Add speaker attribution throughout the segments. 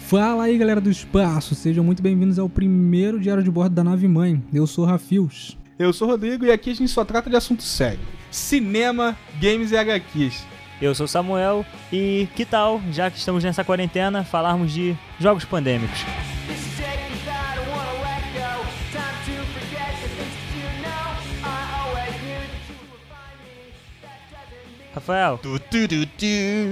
Speaker 1: Fala aí, galera do espaço! Sejam muito bem-vindos ao primeiro Diário de Bordo da Nave Mãe. Eu sou o Rafios.
Speaker 2: Eu sou o Rodrigo e aqui a gente só trata de assunto sério: cinema, games e HQs.
Speaker 3: Eu sou o Samuel e que tal, já que estamos nessa quarentena, falarmos de jogos pandêmicos?
Speaker 4: This is taking inside, I wanna let go. Time to forget the things that you know. I always knew that you would find me. That doesn't mean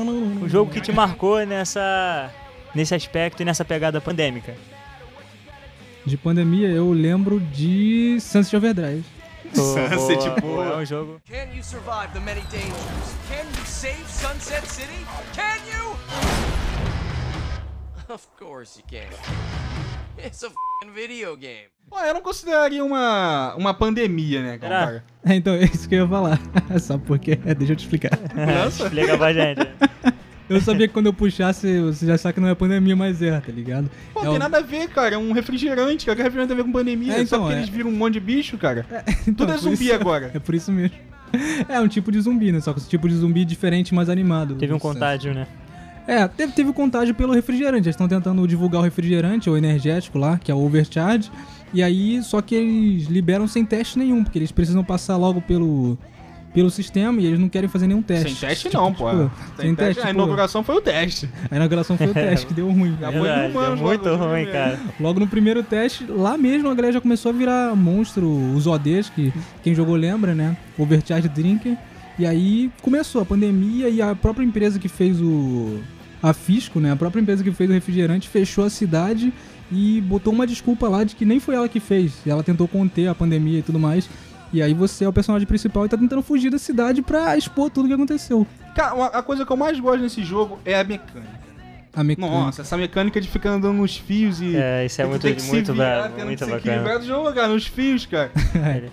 Speaker 3: Rafael, o
Speaker 1: O
Speaker 3: jogo que te marcou nessa nesse aspecto e nessa pegada pandêmica.
Speaker 1: De pandemia, eu lembro de Sunset Overdrive.
Speaker 2: Sunset,
Speaker 3: Boa,
Speaker 2: boa.
Speaker 3: É um jogo.
Speaker 5: Can you survive the many dangers? Can you save Sunset City? Can you? Of course you can. It's a fing video game.
Speaker 2: Ué, eu não consideraria uma, uma pandemia, né, cara?
Speaker 1: É, então, é isso que eu ia falar. Só porque, é, deixa eu te explicar.
Speaker 3: Explica pra gente.
Speaker 1: Eu sabia que quando eu puxasse, você já sabe que não é pandemia, mas é, tá ligado?
Speaker 2: Pô,
Speaker 1: é
Speaker 2: tem
Speaker 1: o-
Speaker 2: nada a ver, cara. É um refrigerante, cara. Que refrigerante tem a ver com pandemia.
Speaker 1: É, então,
Speaker 2: Só porque
Speaker 1: é.
Speaker 2: eles viram um monte de bicho, cara.
Speaker 1: Então,
Speaker 2: Tudo é
Speaker 1: por
Speaker 2: zumbi
Speaker 1: isso-
Speaker 2: agora.
Speaker 1: É por isso mesmo. É um tipo de zumbi, né? Só que esse tipo de zumbi é diferente, mais animado.
Speaker 3: Teve um
Speaker 1: Isso,
Speaker 3: contágio, né?
Speaker 1: É, teve, teve contágio pelo refrigerante. Eles estão tentando divulgar o refrigerante, ou energético lá, que é o Overcharge. E aí, só que eles liberam sem teste nenhum, porque eles precisam passar logo pelo, pelo sistema e eles não querem fazer nenhum teste.
Speaker 2: Sem teste,
Speaker 1: Tipo,
Speaker 2: não, pô.
Speaker 1: tipo,
Speaker 2: Sem
Speaker 1: sem
Speaker 2: teste,
Speaker 1: teste,
Speaker 2: a
Speaker 1: tipo,
Speaker 2: inauguração foi o teste.
Speaker 1: a inauguração foi o teste, que deu ruim.
Speaker 2: Acabou
Speaker 3: Verdade,
Speaker 2: em humanos,
Speaker 3: é muito
Speaker 2: logo,
Speaker 3: ruim,
Speaker 2: né?
Speaker 3: cara.
Speaker 1: Logo no primeiro teste, lá mesmo a galera já começou a virar monstro, os ODs, que quem jogou lembra, né? Overcharge Drinker. E aí começou a pandemia e a própria empresa que fez o. A Fisco, né? A própria empresa que fez o refrigerante fechou a cidade e botou uma desculpa lá de que nem foi ela que fez. Ela tentou conter a pandemia e tudo mais. E aí você é o personagem principal e tá tentando fugir da cidade pra expor tudo que aconteceu.
Speaker 2: Cara, uma- a coisa que eu mais gosto nesse jogo é a mecânica.
Speaker 1: A mecânica.
Speaker 2: Nossa, essa mecânica de ficar andando nos fios e.
Speaker 3: É, isso é
Speaker 2: Tu
Speaker 3: muito,
Speaker 2: tem que se
Speaker 3: muito,
Speaker 2: virar,
Speaker 3: ba-
Speaker 2: tendo
Speaker 3: muito
Speaker 2: que se
Speaker 3: bacana.
Speaker 2: equilibrar do jogo, cara, nos fios, cara.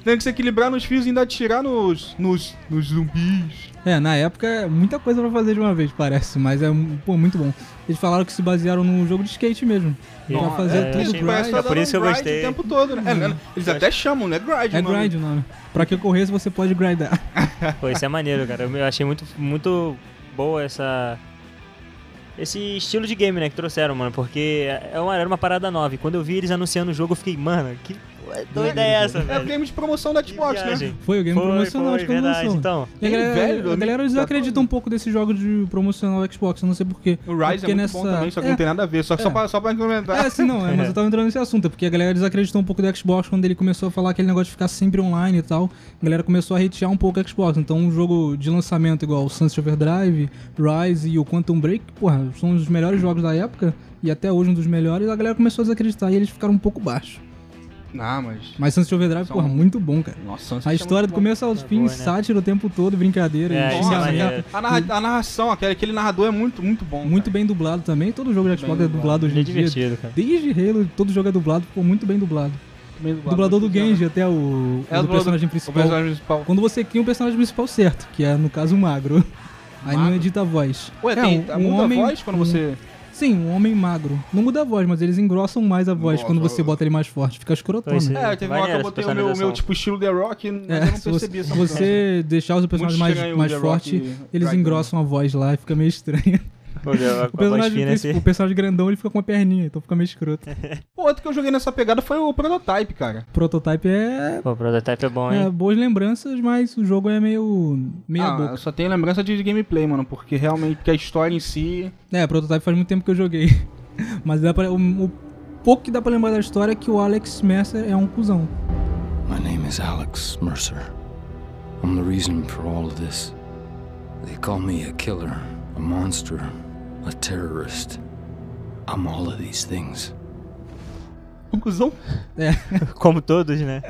Speaker 2: Tem que se equilibrar nos fios e ainda atirar nos, nos, nos zumbis.
Speaker 1: É, na época, é muita coisa pra fazer de uma vez, parece, mas é pô, muito bom. Eles falaram que se basearam num jogo de skate mesmo. pra
Speaker 3: Nossa,
Speaker 1: fazer
Speaker 3: é,
Speaker 1: tudo
Speaker 3: achei-
Speaker 1: grind.
Speaker 3: é por isso que eu
Speaker 2: grind
Speaker 3: gostei.
Speaker 2: o tempo todo, né? É, né? Eles até chamam, né? Grind,
Speaker 1: É
Speaker 2: mano.
Speaker 1: grind o nome. Pra que correr se você pode grindar.
Speaker 3: Pô, isso é maneiro, cara. Eu achei muito, muito boa essa. Esse estilo de game, né, que trouxeram, mano, porque é uma, era uma parada nova. E quando eu vi eles anunciando o jogo, eu fiquei, mano, que doida é essa,
Speaker 2: É o
Speaker 3: velho?
Speaker 2: game de promoção da
Speaker 3: Que
Speaker 2: Xbox, né?
Speaker 3: viagem.
Speaker 1: Foi o game
Speaker 3: Foi,
Speaker 1: promocional
Speaker 3: foi,
Speaker 1: de
Speaker 3: verdade,
Speaker 1: promoção.
Speaker 3: então.
Speaker 1: E a
Speaker 2: Ei,
Speaker 1: galera,
Speaker 2: velho,
Speaker 1: a
Speaker 2: eu
Speaker 1: galera
Speaker 2: nem-
Speaker 1: desacredita um pouco desses jogos de promocional Xbox, eu não sei porquê.
Speaker 2: O Rise é
Speaker 1: porque
Speaker 2: muito bom também, só que não tem nada a ver. Só,
Speaker 1: É.
Speaker 2: só, pra, só pra
Speaker 1: É,
Speaker 2: comentar.
Speaker 1: assim não, é, mas eu tava entrando nesse assunto, é porque a galera desacreditou um pouco do Xbox quando ele começou a falar aquele negócio de ficar sempre online e tal. A galera começou a hatear um pouco o Xbox. Então, um jogo de lançamento igual o Sunset Overdrive, Rise e o Quantum Break, porra, são os melhores jogos da época e até hoje um dos melhores. A galera começou a desacreditar e eles ficaram um pouco baixo.
Speaker 2: Não, mas...
Speaker 1: Mas Sunset Overdrive,
Speaker 2: São-
Speaker 1: porra, muito bom, cara.
Speaker 2: Nossa,
Speaker 1: A história do começo ao
Speaker 3: um É
Speaker 1: fim,
Speaker 3: boa, né?
Speaker 1: sátira o tempo todo, brincadeira.
Speaker 3: É,
Speaker 1: e
Speaker 3: isso é
Speaker 2: Nossa,
Speaker 1: xingamento.
Speaker 3: maneiro.
Speaker 2: a, narra- a narração, aquele, aquele narrador é muito, muito bom.
Speaker 1: Muito
Speaker 2: cara.
Speaker 1: bem dublado também. Todo jogo de Xbox é
Speaker 2: Bem
Speaker 1: dublado hoje
Speaker 3: Ele é
Speaker 1: em dia.
Speaker 3: divertido, cara.
Speaker 1: Desde Halo, todo jogo é dublado, ficou muito bem dublado.
Speaker 2: bem
Speaker 1: O dublador do Genji até o,
Speaker 2: É,
Speaker 1: o
Speaker 2: o
Speaker 1: do
Speaker 2: dublador-
Speaker 1: personagem
Speaker 2: né? O
Speaker 1: principal.
Speaker 2: personagem principal.
Speaker 1: Quando você cria um personagem principal certo, que é no caso o magro. Aí não
Speaker 2: Magro?
Speaker 1: edita a voz.
Speaker 2: Ué,
Speaker 1: é,
Speaker 2: tem, tá- muda a voz quando
Speaker 1: um-
Speaker 2: você...
Speaker 1: Sim, um homem magro. Não muda a voz, mas eles engrossam mais a voz
Speaker 2: Nossa,
Speaker 1: quando você
Speaker 2: eu-
Speaker 1: bota ele mais forte. Fica escrotona.
Speaker 3: Pois é.
Speaker 2: É, teve uma hora que eu botei o meu, meu, tipo estilo The Rock e
Speaker 1: É,
Speaker 2: eu não
Speaker 1: se você,
Speaker 2: percebi essa
Speaker 1: se você deixar os personagens mais,
Speaker 2: estranho o
Speaker 1: mais
Speaker 2: The
Speaker 1: forte,
Speaker 2: Rock e
Speaker 1: eles
Speaker 2: Raiden.
Speaker 1: engrossam a voz lá e fica meio estranho. O personagem,
Speaker 3: né, assim?
Speaker 1: principal- o personagem grandão ele fica com uma perninha, então fica meio escroto.
Speaker 2: Pô, outro que eu joguei nessa pegada foi o Prototype, cara.
Speaker 1: Prototype é,
Speaker 3: Pô, o prototype é bom,
Speaker 1: é
Speaker 3: hein?
Speaker 1: boas lembranças, mas o jogo é meio. meia
Speaker 2: ah,
Speaker 1: boca.
Speaker 2: eu só tenho lembrança de gameplay, mano, porque realmente, porque a história em si...
Speaker 1: É, Prototype faz muito tempo que eu joguei. Mas dá pra, o, o pouco que dá pra lembrar da história é que o Alex Mercer é um cuzão.
Speaker 6: My name is Alex Mercer. I'm the reason for all of this. They call me a killer, a monster, a terrorist. I'm all of these things.
Speaker 2: Um cuzão?
Speaker 3: Como todos, né?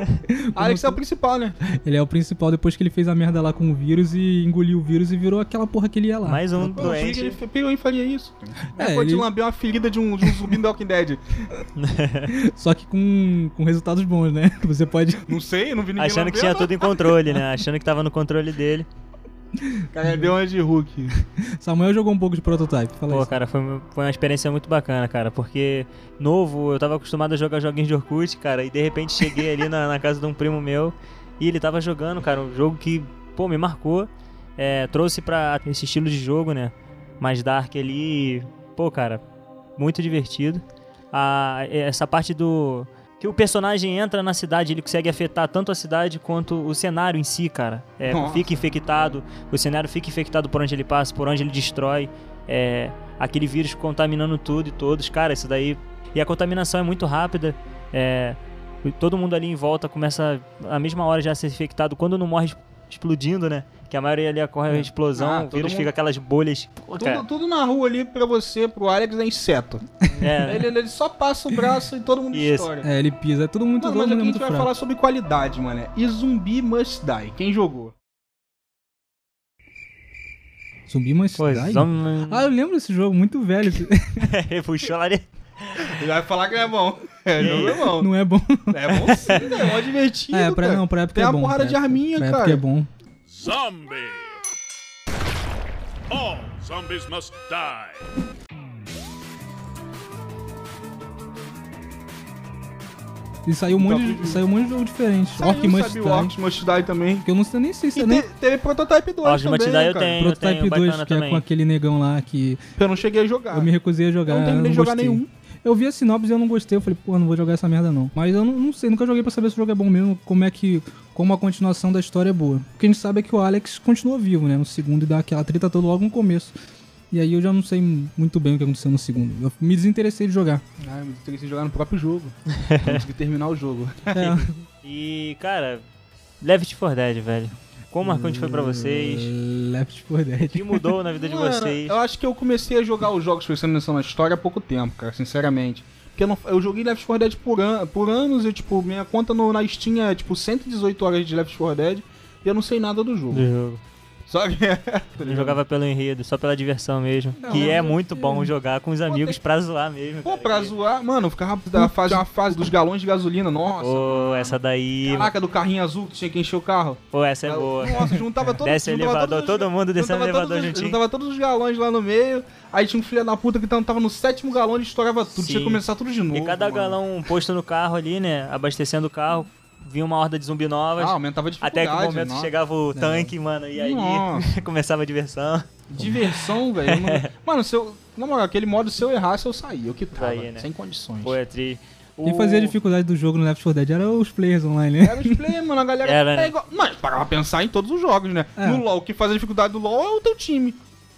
Speaker 2: Alex é o principal, né?
Speaker 1: Ele é o principal depois que ele fez a merda lá com o vírus e engoliu o vírus e virou aquela porra que ele ia lá.
Speaker 3: Mais um
Speaker 2: Pô, eu achei que ele
Speaker 3: doente.
Speaker 2: fe- pegou e faria isso.
Speaker 1: É,
Speaker 2: É, Pode
Speaker 1: ele-
Speaker 2: lamber uma ferida de um, de um zumbi do Walking Dead.
Speaker 1: Só que com, com resultados bons, né? Que Você pode.
Speaker 2: Não sei, não vi ninguém
Speaker 3: Achando que tinha
Speaker 2: lambendo.
Speaker 3: tudo em controle, né? Achando que tava no controle dele.
Speaker 2: Cara, deu uma de Hulk.
Speaker 1: Samuel jogou um pouco de prototype, fala
Speaker 3: Pô,
Speaker 1: isso.
Speaker 3: cara, foi, foi uma experiência muito bacana, cara, porque novo, eu tava acostumado a jogar joguinhos de Orkut, cara, e de repente cheguei ali na, na casa de um primo meu e ele tava jogando, cara, um jogo que, pô, me marcou, é, trouxe pra esse estilo de jogo, né, mais dark ali, e, pô, cara, muito divertido. A- essa parte do. Que o personagem entra na cidade, ele consegue afetar tanto a cidade quanto o cenário em si, cara. É,
Speaker 2: Nossa.
Speaker 3: fica infectado, o cenário fica infectado por onde ele passa, por onde ele destrói. é, aquele vírus contaminando tudo e todos. Cara, isso daí. E a contaminação é muito rápida. é, e todo mundo ali em volta começa a mesma hora já a ser infectado. Quando não morre es- explodindo, né? Que a maioria ali ocorre a explosão,
Speaker 2: Ah,
Speaker 3: o
Speaker 2: todo
Speaker 3: vírus
Speaker 2: mundo-
Speaker 3: fica aquelas bolhas. Pô, cara,
Speaker 2: Tudo, tudo na rua ali pra você, pro Alex, é inseto.
Speaker 3: é,
Speaker 2: Ele, ele só passa o braço e todo mundo
Speaker 3: Isso.
Speaker 2: estoura.
Speaker 1: É, ele pisa. É tudo muito
Speaker 2: Mano,
Speaker 1: todo
Speaker 2: mas
Speaker 1: mundo é
Speaker 2: aqui a gente
Speaker 1: muito
Speaker 2: vai
Speaker 1: fraco.
Speaker 2: falar sobre qualidade, mano. E Zumbi Must Die. Quem jogou?
Speaker 1: Zumbi mas
Speaker 3: Pô,
Speaker 1: cidade?
Speaker 3: zombie-
Speaker 1: Ah, eu lembro desse jogo, muito velho.
Speaker 3: Ele puxou lá de...
Speaker 2: Ele vai falar que é bom. É, jogo é bom.
Speaker 1: Não é bom.
Speaker 2: É bom sim, né? é mó divertido.
Speaker 1: É, pra,
Speaker 2: cara.
Speaker 1: não, pra época
Speaker 2: Tem
Speaker 1: é
Speaker 2: uma
Speaker 1: bom.
Speaker 2: porrada
Speaker 1: pra
Speaker 2: de
Speaker 1: época-
Speaker 2: arminha,
Speaker 1: pra
Speaker 2: cara.
Speaker 1: época é bom.
Speaker 7: Zombie! All zombies must die.
Speaker 1: E saiu um, monte
Speaker 2: Então,
Speaker 1: de, saiu um monte de jogo diferente.
Speaker 2: Saiu,
Speaker 1: Orc Must
Speaker 2: sabe,
Speaker 1: Die.
Speaker 2: o Orcs Must Die também.
Speaker 1: Que eu não sei nem sei se
Speaker 2: E
Speaker 1: é nem...
Speaker 2: te- teve Prototype 2
Speaker 3: Orcs
Speaker 2: também,
Speaker 3: Must Die eu
Speaker 2: cara.
Speaker 3: tenho.
Speaker 1: Prototype 2,
Speaker 3: bacana
Speaker 1: que é
Speaker 3: também.
Speaker 1: com aquele negão lá que
Speaker 2: Eu não cheguei a jogar.
Speaker 1: eu me recusei a jogar.
Speaker 2: Ah, Eu não terminei de jogar
Speaker 1: gostei.
Speaker 2: nenhum.
Speaker 1: Eu vi a sinopse e eu não gostei. Eu falei, pô, não vou jogar essa merda não. Mas eu não, não sei, nunca joguei pra saber se o jogo é bom mesmo, como é que. Como a continuação da história é boa. O que a gente sabe é que o Alex continua vivo, né? No segundo e dá aquela treta toda logo no começo. E aí eu já não sei muito bem o que aconteceu no segundo. Eu me desinteressei de jogar.
Speaker 2: Ah, eu me interessei em jogar no próprio jogo. Eu consegui terminar o jogo.
Speaker 1: É.
Speaker 3: E, cara, Left 4 Dead, velho. Quão marcante foi pra vocês?
Speaker 1: Left 4
Speaker 3: O que
Speaker 1: Dead.
Speaker 3: mudou na vida de
Speaker 2: Mano, é
Speaker 3: vocês?
Speaker 2: Eu acho que eu comecei a jogar os jogos prestando atenção na história há pouco tempo, cara, sinceramente. Porque eu, não- eu joguei Left 4 Dead por, an- por anos e, tipo, minha conta no, na Steam é, tipo, 118 horas de Left 4 Dead e eu não sei nada do jogo.
Speaker 3: Do jogo.
Speaker 2: Só que...
Speaker 3: Eu jogava pelo enredo, só pela diversão mesmo. que é muito bom jogar com os amigos pra zoar mesmo.
Speaker 2: Pô,
Speaker 3: cara,
Speaker 2: pra
Speaker 3: que-
Speaker 2: zoar... Mano, eu ficava da fase, uma fase dos galões de gasolina, nossa.
Speaker 3: Pô, essa daí.
Speaker 2: Caraca, do carrinho azul que tinha que encher o carro.
Speaker 3: Pô, essa é
Speaker 2: Eu-
Speaker 3: boa.
Speaker 2: Nossa, juntava todo
Speaker 3: Desce o
Speaker 2: juntava
Speaker 3: elevador,
Speaker 2: todos os-
Speaker 3: todo mundo descendo
Speaker 2: juntava
Speaker 3: o elevador
Speaker 2: todos os-
Speaker 3: juntinho.
Speaker 2: Juntava todos os galões lá no meio, aí tinha um filho da puta que tava tava no sétimo galão, ele estourava tudo, tinha que
Speaker 3: Sim.
Speaker 2: começar tudo de novo.
Speaker 3: E cada
Speaker 2: mano.
Speaker 3: galão um posto no carro ali, né? Abastecendo o carro, vinha uma horda de zumbi novas.
Speaker 2: Ah, aumentava a dificuldade.
Speaker 3: até que o momento
Speaker 2: nossa.
Speaker 3: chegava o tanque, mano, e aí
Speaker 2: Nossa.
Speaker 3: começava a diversão.
Speaker 2: Diversão, velho. eu não- Mano, se eu... Na moral, aquele modo, se eu errasse, eu saía. Eu que tava,
Speaker 3: Saía, né?
Speaker 2: sem condições.
Speaker 3: Pô, é tri.
Speaker 1: Quem
Speaker 3: O-
Speaker 1: fazia a dificuldade do jogo no Left 4 Dead era os players online, né?
Speaker 2: Era os players, mano, a galera...
Speaker 3: Era,
Speaker 2: é
Speaker 3: né?
Speaker 2: igual- Mas para pra pensar em todos os jogos, né?
Speaker 1: É.
Speaker 2: No LoL, o que faz a dificuldade do LoL é o teu time.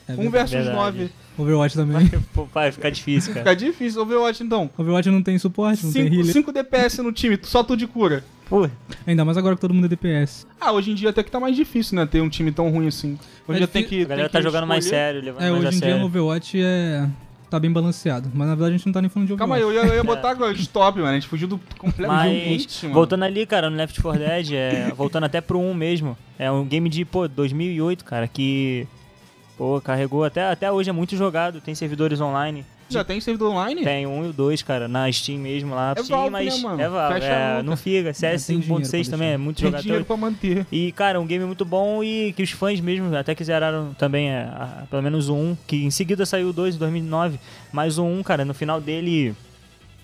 Speaker 1: É
Speaker 2: um versus
Speaker 3: verdade.
Speaker 2: nove.
Speaker 1: Overwatch também.
Speaker 3: Pô, vai ficar difícil, cara.
Speaker 2: Fica difícil. Overwatch, então.
Speaker 1: Overwatch não tem suporte, não tem healer.
Speaker 2: 5 DPS no time, só tu de cura.
Speaker 3: Pô,
Speaker 1: Ainda mais agora que todo mundo é DPS.
Speaker 2: Ah, hoje em dia até que tá mais difícil, né? Ter um time tão ruim assim. Hoje em
Speaker 1: É
Speaker 2: dia tem
Speaker 1: difí-
Speaker 2: que.
Speaker 3: a galera
Speaker 2: tem
Speaker 3: tá
Speaker 2: que
Speaker 3: jogando mais
Speaker 2: escolher.
Speaker 3: sério, levando
Speaker 1: É,
Speaker 3: mais a
Speaker 1: hoje em dia
Speaker 3: sério.
Speaker 1: o Overwatch é... tá bem balanceado. Mas na verdade a gente não tá nem falando de
Speaker 2: Calma
Speaker 1: Overwatch.
Speaker 2: aí, eu ia, eu ia botar agora stop, mano. A gente fugiu do completo
Speaker 3: Mas,
Speaker 2: mano.
Speaker 3: voltando ali, cara, no Left 4 Dead, é, voltando até pro 1 mesmo, é um game de, pô, 2008, cara, que, pô, carregou, até, até hoje é muito jogado, tem servidores online,
Speaker 2: Já tem servidor online?
Speaker 3: tem um e o 2, cara, na Steam mesmo, lá,
Speaker 2: É
Speaker 3: Steam,
Speaker 2: Valve,
Speaker 3: mas
Speaker 2: né, mano?
Speaker 3: é Valve,
Speaker 2: Fecha a
Speaker 3: é,
Speaker 2: boca.
Speaker 3: não fica,
Speaker 1: tem dinheiro pra
Speaker 3: CS 1.6 também
Speaker 1: deixar.
Speaker 3: é muito
Speaker 2: Tem
Speaker 3: jogado até
Speaker 2: dinheiro
Speaker 3: hoje.
Speaker 2: pra manter.
Speaker 3: E, cara, um game muito bom e que os fãs mesmo até que zeraram também, é, a- pelo menos o 1, que em seguida saiu o 2 em 2009, mas o 1, cara, no final dele...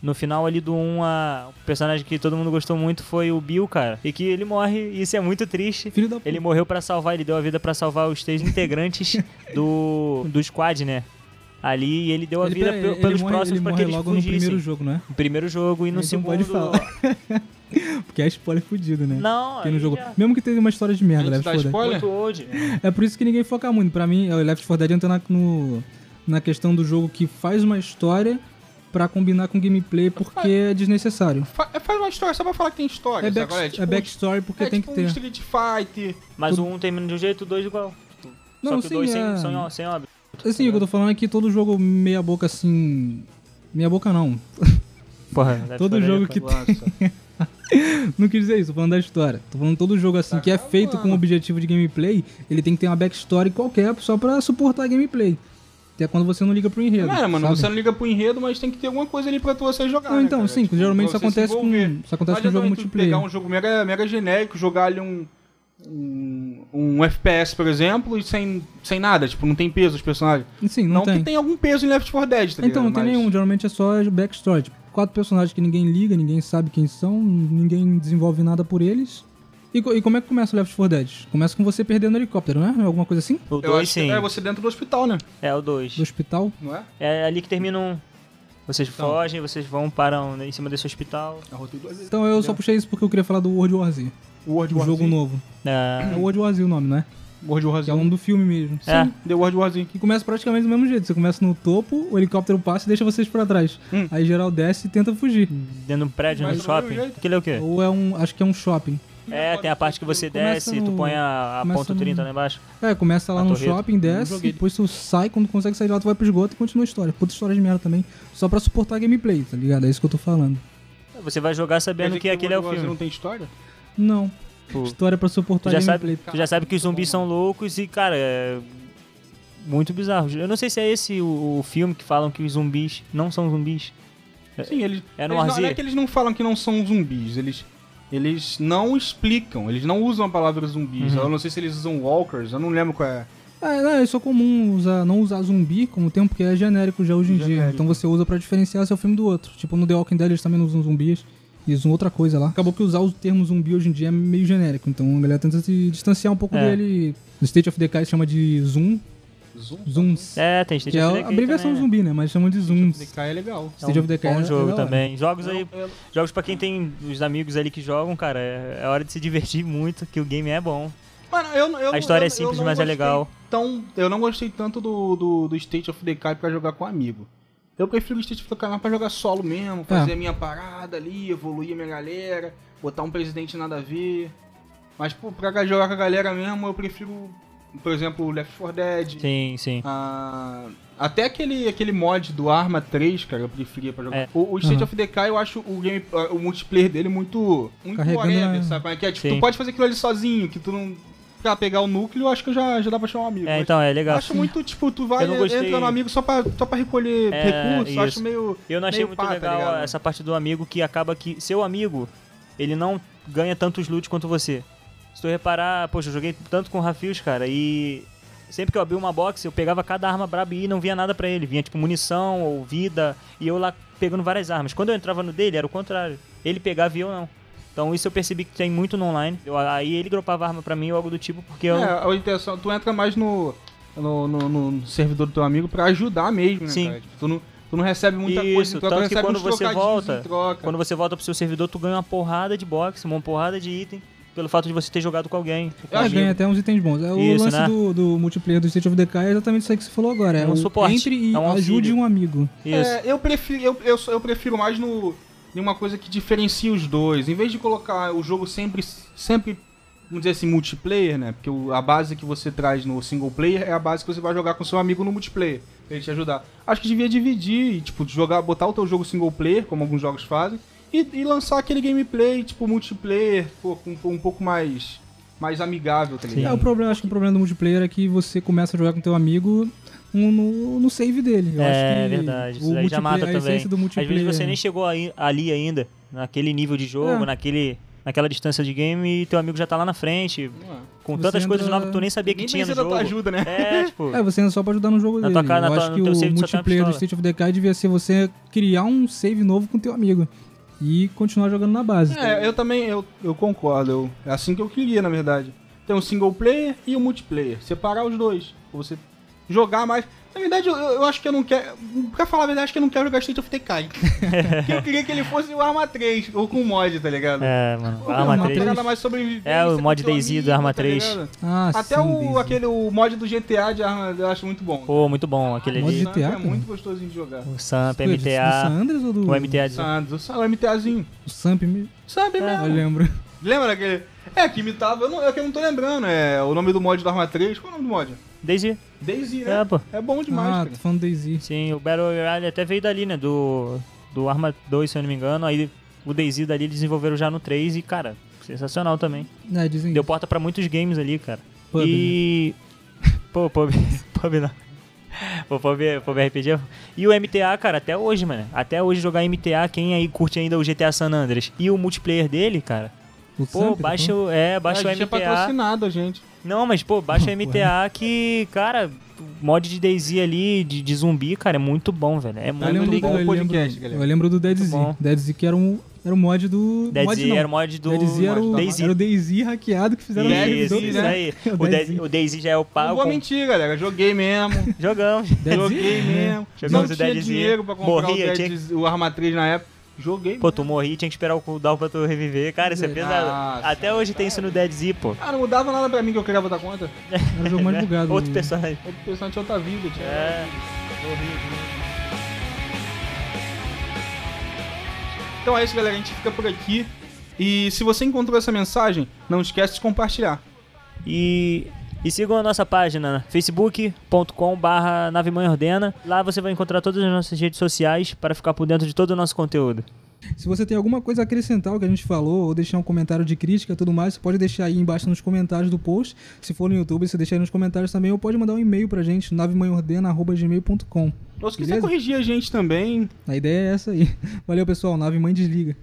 Speaker 3: No final ali do 1, a... o personagem que todo mundo gostou muito foi o Bill, cara. E que ele morre, e isso é muito triste.
Speaker 1: Filho da puta.
Speaker 3: Ele morreu pra salvar, ele deu a vida pra salvar os três integrantes do, do squad, né? Ali, e ele deu a
Speaker 1: Ele-
Speaker 3: vida
Speaker 1: pera-
Speaker 3: pe-
Speaker 1: ele
Speaker 3: pelos
Speaker 1: morre-
Speaker 3: próximos
Speaker 1: ele
Speaker 3: pra que
Speaker 1: morre
Speaker 3: eles
Speaker 1: logo
Speaker 3: fugissem.
Speaker 1: no primeiro jogo, né?
Speaker 3: No primeiro jogo e no
Speaker 1: Então
Speaker 3: segundo...
Speaker 1: pode falar. Porque é spoiler fudido, né? Quem não
Speaker 3: Não, aí é-
Speaker 1: jogou.
Speaker 3: já-
Speaker 1: Mesmo que teve uma história de merda,
Speaker 2: Antes
Speaker 1: Left
Speaker 2: da
Speaker 1: 4 Dead.
Speaker 2: spoiler?
Speaker 3: muito old.
Speaker 1: É por isso que ninguém foca muito. Pra mim, é o Left 4 Dead entra na, no- na questão do jogo que faz uma história pra combinar com gameplay porque é desnecessário.
Speaker 2: Fa- é, Faz uma história, só pra falar que tem história.
Speaker 1: É,
Speaker 2: sabe?
Speaker 1: back-
Speaker 2: Agora
Speaker 1: é backstory porque
Speaker 2: é
Speaker 1: tem
Speaker 2: tipo
Speaker 1: que ter.
Speaker 2: um Street Fighter.
Speaker 3: Mas o 1 termina de um jeito, o 2 igual.
Speaker 1: Não,
Speaker 3: Só que
Speaker 1: sim,
Speaker 3: o 2
Speaker 1: é.
Speaker 3: sem, sem, ó- sem óbito.
Speaker 1: Assim, o que eu tô falando é que todo jogo meia boca assim. Meia boca não.
Speaker 3: Porra, Left
Speaker 1: Todo
Speaker 3: 4 Dead
Speaker 1: jogo
Speaker 3: é
Speaker 1: que-
Speaker 3: foda.
Speaker 2: Nossa.
Speaker 1: Não quis dizer isso, tô falando da história. Tô falando todo jogo assim que é feito com o objetivo de gameplay, ele tem que ter uma backstory qualquer só pra suportar a gameplay. Até quando você não liga pro enredo.
Speaker 2: Cara, mano,
Speaker 1: sabe?
Speaker 2: você não liga pro enredo, mas tem que ter alguma coisa ali pra tu você jogar.
Speaker 1: Não,
Speaker 2: né,
Speaker 1: então,
Speaker 2: cara?
Speaker 1: sim, geralmente
Speaker 2: pra
Speaker 1: isso
Speaker 2: você se
Speaker 1: acontece com-
Speaker 2: envolver.
Speaker 1: isso acontece
Speaker 2: Não
Speaker 1: com jogo
Speaker 2: adianta tu
Speaker 1: multiplayer.
Speaker 2: pegar um jogo mega, mega genérico, jogar ali um, um, um FPS, por exemplo, e sem, sem nada, tipo, não tem peso os personagens.
Speaker 1: Sim, não,
Speaker 2: um Não,
Speaker 1: tem.
Speaker 2: que tenha algum peso em Left 4 Dead, tá
Speaker 1: Então, não tem
Speaker 2: ligado? Mas-
Speaker 1: nenhum, geralmente é só backstory. Tipo, quatro personagens que ninguém liga, ninguém sabe quem são, ninguém desenvolve nada por eles. E, co- e como é que começa o Left 4 Dead? Começa com você perdendo o helicóptero, né? Alguma coisa assim?
Speaker 3: O
Speaker 2: Eu
Speaker 3: 2
Speaker 2: acho que
Speaker 3: sim.
Speaker 2: é você dentro do hospital, né?
Speaker 3: É o
Speaker 1: Do
Speaker 3: 2.
Speaker 1: hospital.
Speaker 2: Não é?
Speaker 3: É ali que termina um. Vocês
Speaker 1: Então.
Speaker 3: fogem, vocês vão, param em cima desse hospital.
Speaker 2: Arrotei duas vezes.
Speaker 1: Então eu só puxei isso porque eu queria falar do World War Z.
Speaker 2: World
Speaker 1: Um
Speaker 2: War
Speaker 1: jogo
Speaker 2: Z.
Speaker 1: novo. É
Speaker 3: Ah,
Speaker 1: World War Z o nome, né?
Speaker 2: World War
Speaker 1: Que
Speaker 2: Z.
Speaker 1: é o nome do filme mesmo.
Speaker 3: É.
Speaker 2: The World War Z.
Speaker 1: Que começa praticamente do mesmo jeito. Você começa no topo, o helicóptero passa e deixa vocês pra trás.
Speaker 3: Hum.
Speaker 1: Aí geral desce e tenta fugir.
Speaker 3: dentro de um prédio,
Speaker 2: Mas
Speaker 3: no
Speaker 2: do mesmo
Speaker 3: shopping.
Speaker 2: jeito.
Speaker 3: Aquilo é o quê?
Speaker 1: Ou é um. Acho que é um shopping.
Speaker 3: É, tem a parte que você
Speaker 1: Começa
Speaker 3: desce e tu
Speaker 1: no-
Speaker 3: põe a, a
Speaker 1: começa
Speaker 3: ponto
Speaker 1: no-
Speaker 3: 30 lá embaixo.
Speaker 1: É, começa lá
Speaker 3: A
Speaker 1: no
Speaker 3: torreta.
Speaker 1: shopping, desce, depois tu sai, quando consegue sair de lá, tu vai pro esgoto e continua a história. Puta história de merda também. Só pra suportar a gameplay, tá ligado? É isso que eu tô falando.
Speaker 3: Você vai jogar
Speaker 2: Quer
Speaker 3: sabendo
Speaker 2: dizer
Speaker 3: que aquele é o
Speaker 2: World War Z
Speaker 3: filme.
Speaker 2: não tem história?
Speaker 1: Não.
Speaker 3: Pô.
Speaker 1: História pra
Speaker 3: Tu
Speaker 1: suportar
Speaker 3: já,
Speaker 1: a
Speaker 3: sabe,
Speaker 1: gameplay.
Speaker 3: tu já sabe que os zumbis são loucos e, cara, é muito bizarro. Eu não sei se é esse o, o filme que falam que os zumbis não são zumbis.
Speaker 2: Sim, eles.
Speaker 3: É no
Speaker 2: eles não,
Speaker 3: Warzy?
Speaker 2: não é que eles não falam que não são zumbis, eles. Eles não explicam, eles não usam a palavra zumbis.
Speaker 3: Uhum.
Speaker 2: Eu não sei se eles usam walkers, eu não lembro qual é.
Speaker 1: É, não, é só comum usar, não usar zumbi como tempo, porque é genérico já hoje em dia.
Speaker 2: Genérico.
Speaker 1: Então você usa pra diferenciar seu filme do outro. Tipo, no The Walking Dead eles também não usam zumbis. Eles usam outra coisa lá. Acabou que usar o termo zumbi hoje em dia é meio genérico. Então a galera tenta se distanciar um pouco
Speaker 3: É.
Speaker 1: dele. No State of Decay chama de Zoom.
Speaker 2: Zoom?
Speaker 1: Zooms.
Speaker 3: É, tem State
Speaker 1: que é
Speaker 3: of
Speaker 1: a
Speaker 3: Decay
Speaker 1: abreviação
Speaker 3: também, né?
Speaker 1: zumbi, né? Mas chamam de Zooms.
Speaker 2: DK é legal.
Speaker 3: É
Speaker 1: State of
Speaker 3: um
Speaker 1: Decay é-
Speaker 3: bom
Speaker 1: é
Speaker 3: jogo
Speaker 1: da hora.
Speaker 3: também. Jogos aí,
Speaker 2: Não, eu-
Speaker 3: jogos pra quem tem os amigos ali que jogam, cara, é, é hora de se divertir muito, que o game é bom.
Speaker 2: Mano, eu, não- eu,
Speaker 3: A história
Speaker 2: não-
Speaker 3: é simples,
Speaker 2: não
Speaker 3: mas é
Speaker 2: gostei
Speaker 3: legal.
Speaker 2: Tão, eu não gostei tanto do, do, do State of Decay pra jogar com um amigo. Eu prefiro o State of Decay mais pra jogar solo mesmo,
Speaker 3: Tá.
Speaker 2: fazer a minha parada ali, evoluir a minha galera, botar um presidente nada a ver. Mas pô, pra ga- jogar com a galera mesmo, eu prefiro, por exemplo, o Left 4 Dead.
Speaker 3: Sim, sim.
Speaker 2: Ah, até aquele, aquele mod do Arma 3, cara, eu preferia pra jogar.
Speaker 3: É.
Speaker 2: O, o State
Speaker 1: Aham.
Speaker 2: of Decay, eu acho o, game, ah, o multiplayer dele muito. Muito
Speaker 1: Carregando
Speaker 2: whatever,
Speaker 1: a-
Speaker 2: sabe? Como é que é? Tipo,
Speaker 3: Sim.
Speaker 2: tu pode fazer aquilo ali sozinho, que tu não. Pra pegar o núcleo, eu acho que já, já dá pra chamar um amigo.
Speaker 3: É,
Speaker 2: mas
Speaker 3: então, é
Speaker 2: eu
Speaker 3: legal.
Speaker 2: acho muito, tipo, tu vai
Speaker 3: Eu não gostei-
Speaker 2: entra no amigo só pra, só pra recolher
Speaker 3: É,
Speaker 2: recursos, eu
Speaker 3: isso.
Speaker 2: acho meio.
Speaker 3: Eu não achei
Speaker 2: meio
Speaker 3: muito
Speaker 2: pá, tá
Speaker 3: legal
Speaker 2: ligado?
Speaker 3: essa parte do amigo que acaba que seu amigo, ele não ganha tantos loot quanto você. Se tu reparar, poxa, eu joguei tanto com o Rafios, cara, e sempre que eu abri uma box, eu pegava cada arma braba e não vinha nada pra ele. Vinha tipo munição ou vida, e eu lá pegando várias armas. Quando eu entrava no dele, era o contrário. Ele pegava e eu não. Então isso eu percebi que tem muito no online. Eu- aí ele dropava arma pra mim ou algo do tipo, porque eu.
Speaker 2: É, a intenção, tu entra mais no, no, no- no servidor do teu amigo pra ajudar mesmo, né,
Speaker 3: Sim.
Speaker 2: cara? Tipo, tu, não, tu não recebe muita coisa, então
Speaker 3: Isso,
Speaker 2: tu
Speaker 3: tanto que
Speaker 2: recebe
Speaker 3: quando
Speaker 2: uns
Speaker 3: você
Speaker 2: trocadinhos
Speaker 3: volta,
Speaker 2: em troca.
Speaker 3: quando você volta pro seu servidor, tu ganha uma porrada de box, uma porrada de item, pelo fato de você ter jogado com alguém. com
Speaker 1: Ah,
Speaker 3: amigo.
Speaker 1: ganha até uns itens bons. É, o
Speaker 3: Isso,
Speaker 1: lance
Speaker 3: né?
Speaker 1: do, do multiplayer do State of Decay é exatamente isso aí que você falou agora. É,
Speaker 3: É um
Speaker 1: o
Speaker 3: suporte,
Speaker 1: Entre e
Speaker 3: é um auxílio.
Speaker 1: ajude um amigo.
Speaker 3: Isso.
Speaker 2: É, eu prefiro, eu, eu, sou- eu prefiro mais no em uma coisa que diferencia os dois. Em vez de colocar o jogo sempre, sempre vamos dizer assim, multiplayer, né? Porque o- a base que você traz no single player é a base que você vai jogar com seu amigo no multiplayer, pra ele te ajudar. Acho que devia dividir, e, tipo, jogar, botar o teu jogo single player, como alguns jogos fazem, e, e lançar aquele gameplay, tipo, multiplayer, pô, com- com um, pouco mais, mais amigável, tá
Speaker 1: É,
Speaker 2: ligado?
Speaker 1: o problema, acho que o problema do multiplayer é que você começa a jogar com teu amigo no, no- no save dele. Eu
Speaker 3: É,
Speaker 1: acho que
Speaker 3: verdade.
Speaker 1: o
Speaker 3: Isso aí já
Speaker 1: multiplayer-
Speaker 3: mata
Speaker 1: a
Speaker 3: também.
Speaker 1: essência do
Speaker 3: Às
Speaker 1: multiplayer.
Speaker 3: vezes você nem chegou aí- ali ainda, naquele nível de jogo,
Speaker 1: É.
Speaker 3: naquele, naquela distância de game, e teu amigo já tá lá na frente, com
Speaker 1: Você
Speaker 3: tantas coisas
Speaker 1: entra-
Speaker 3: novas que tu nem sabia que
Speaker 2: Nem
Speaker 3: tinha no
Speaker 2: precisa da
Speaker 3: jogo.
Speaker 2: tua ajuda, né?
Speaker 3: É, tipo,
Speaker 1: É, você ainda só pra ajudar no jogo
Speaker 3: Na
Speaker 1: dele.
Speaker 3: tua cara, na
Speaker 1: eu
Speaker 3: tua-
Speaker 1: acho
Speaker 3: no
Speaker 1: que
Speaker 3: teu
Speaker 1: o
Speaker 3: save só tem uma
Speaker 1: multiplayer do
Speaker 3: pistola.
Speaker 1: State of Decay devia ser você criar um save novo com teu amigo. E continuar jogando na base.
Speaker 2: É, eu também, eu, eu concordo. Eu, é assim que eu queria, na verdade. Tem o single player e o multiplayer. Separar os dois. pra Você jogar mais. Na verdade, eu, eu acho que eu não quero. Pra falar a verdade, acho que eu não quero jogar State of Decay. Porque eu queria que ele fosse o Arma 3, ou com mod, tá ligado?
Speaker 3: é, mano,
Speaker 2: Uma
Speaker 3: arma
Speaker 1: uma
Speaker 3: 3.
Speaker 2: pegada mais sobrevivência
Speaker 3: É, o
Speaker 2: com
Speaker 3: mod
Speaker 2: teu
Speaker 3: DayZ do
Speaker 2: amigo,
Speaker 3: Arma
Speaker 2: tá
Speaker 3: 3.
Speaker 2: ligado?
Speaker 1: Ah,
Speaker 2: Até
Speaker 1: sim,
Speaker 2: o,
Speaker 1: Daisy.
Speaker 2: aquele o mod do GTA de Arma eu acho muito bom.
Speaker 3: Pô, muito bom aquele
Speaker 1: Mod
Speaker 3: ali.
Speaker 1: de- GTA,
Speaker 2: é muito gostoso de jogar.
Speaker 3: O Samp,
Speaker 1: Do San
Speaker 3: MTA.
Speaker 1: Andreas ou do...
Speaker 3: O MTA. de-
Speaker 2: Santos, o MTAzinho.
Speaker 1: O Samp mesmo?
Speaker 2: Sabe, né?
Speaker 1: Eu lembro.
Speaker 2: Lembra daquele. É, que imitava. Eu não, é que eu não tô lembrando. É o nome do mod do Arma 3. Qual é o nome do mod?
Speaker 3: DayZ.
Speaker 2: Daisy, né?
Speaker 3: É, pô.
Speaker 2: É bom demais,
Speaker 1: ah,
Speaker 2: cara.
Speaker 1: tô falando do Daisy.
Speaker 3: Sim, o Battle Royale até veio dali, né? Do, do Arma 2, se eu não me engano. Aí o DayZ dali eles desenvolveram já no 3 e, cara, sensacional também.
Speaker 1: É, dizem
Speaker 3: Deu porta pra muitos games ali, cara.
Speaker 1: Pub,
Speaker 3: e... Pô, pub, pub não. Pô, pub, pub RPG. é E o MTA, cara, até hoje, mano. Até hoje jogar MTA, quem aí curte ainda o GTA San Andreas e o multiplayer dele, cara,
Speaker 1: O
Speaker 3: Pô,
Speaker 1: Samp, tá
Speaker 3: baixa
Speaker 1: falando?
Speaker 3: o, é, baixa
Speaker 2: a
Speaker 3: o
Speaker 2: gente é
Speaker 3: MTA.
Speaker 2: patrocinado, a gente.
Speaker 3: Não, mas pô, baixa o MTA que, cara, o mod de Daisy ali, de, de zumbi, cara, é muito bom, velho. É
Speaker 1: Eu
Speaker 3: muito
Speaker 1: lembro,
Speaker 2: liga
Speaker 1: do,
Speaker 2: o
Speaker 1: eu,
Speaker 2: podcast,
Speaker 1: lembro,
Speaker 2: galera.
Speaker 1: eu lembro do Dead
Speaker 3: Muito
Speaker 1: Z.
Speaker 3: bom.
Speaker 1: Dead Z que era um, era um mod do...
Speaker 3: Dead
Speaker 1: mod
Speaker 3: Z
Speaker 1: não.
Speaker 3: era o mod do
Speaker 1: Dead Z era o,
Speaker 3: Daisy.
Speaker 1: era o DayZ hackeado que fizeram no
Speaker 3: Isso,
Speaker 1: servidor,
Speaker 2: Dead Z,
Speaker 3: isso
Speaker 1: né?
Speaker 3: aí.
Speaker 1: O
Speaker 3: O
Speaker 1: Dead
Speaker 3: Dead-
Speaker 1: Z.
Speaker 3: O Daisy já é o
Speaker 2: Não vou
Speaker 3: pago.
Speaker 2: mentir, galera. Joguei mesmo.
Speaker 3: Jogamos.
Speaker 1: Dead Z?
Speaker 2: joguei mesmo.
Speaker 3: Jogamos
Speaker 2: não
Speaker 3: o
Speaker 2: tinha
Speaker 3: Dead Z.
Speaker 2: dinheiro pra comprar
Speaker 3: Morria,
Speaker 2: o,
Speaker 3: tinha
Speaker 2: Dead Z, o Armatriz na época. Joguei.
Speaker 3: Pô, tu morri, tinha que esperar o cooldown pra tu reviver. Cara,
Speaker 1: Ah,
Speaker 3: isso é pesado.
Speaker 2: Nossa.
Speaker 3: Até hoje tem isso no Dead Z, pô.
Speaker 2: Ah, não mudava nada pra mim que eu queria botar conta.
Speaker 1: Era o jogo mais bugado.
Speaker 3: Outro personagem.
Speaker 2: Eu tô pensando em outra vida, tio.
Speaker 3: É.
Speaker 2: Então é isso, galera. A gente fica por aqui. E se você encontrou essa mensagem, não esquece de compartilhar.
Speaker 3: E, e sigam a nossa página facebook.com.br Nave Mãe Ordena. Lá você vai encontrar todas as nossas redes sociais para ficar por dentro de todo o nosso conteúdo.
Speaker 1: Se você tem alguma coisa a acrescentar ao que a gente falou, ou deixar um comentário de crítica e tudo mais, você pode deixar aí embaixo nos comentários do post. Se for no YouTube, você deixa aí nos comentários também, ou pode mandar um e-mail pra gente, navemanhordena.gmail.com.
Speaker 2: Ou se quiser
Speaker 1: Beleza?
Speaker 2: corrigir a gente também,
Speaker 1: A ideia é essa aí. Valeu, pessoal. Nave Mãe Desliga.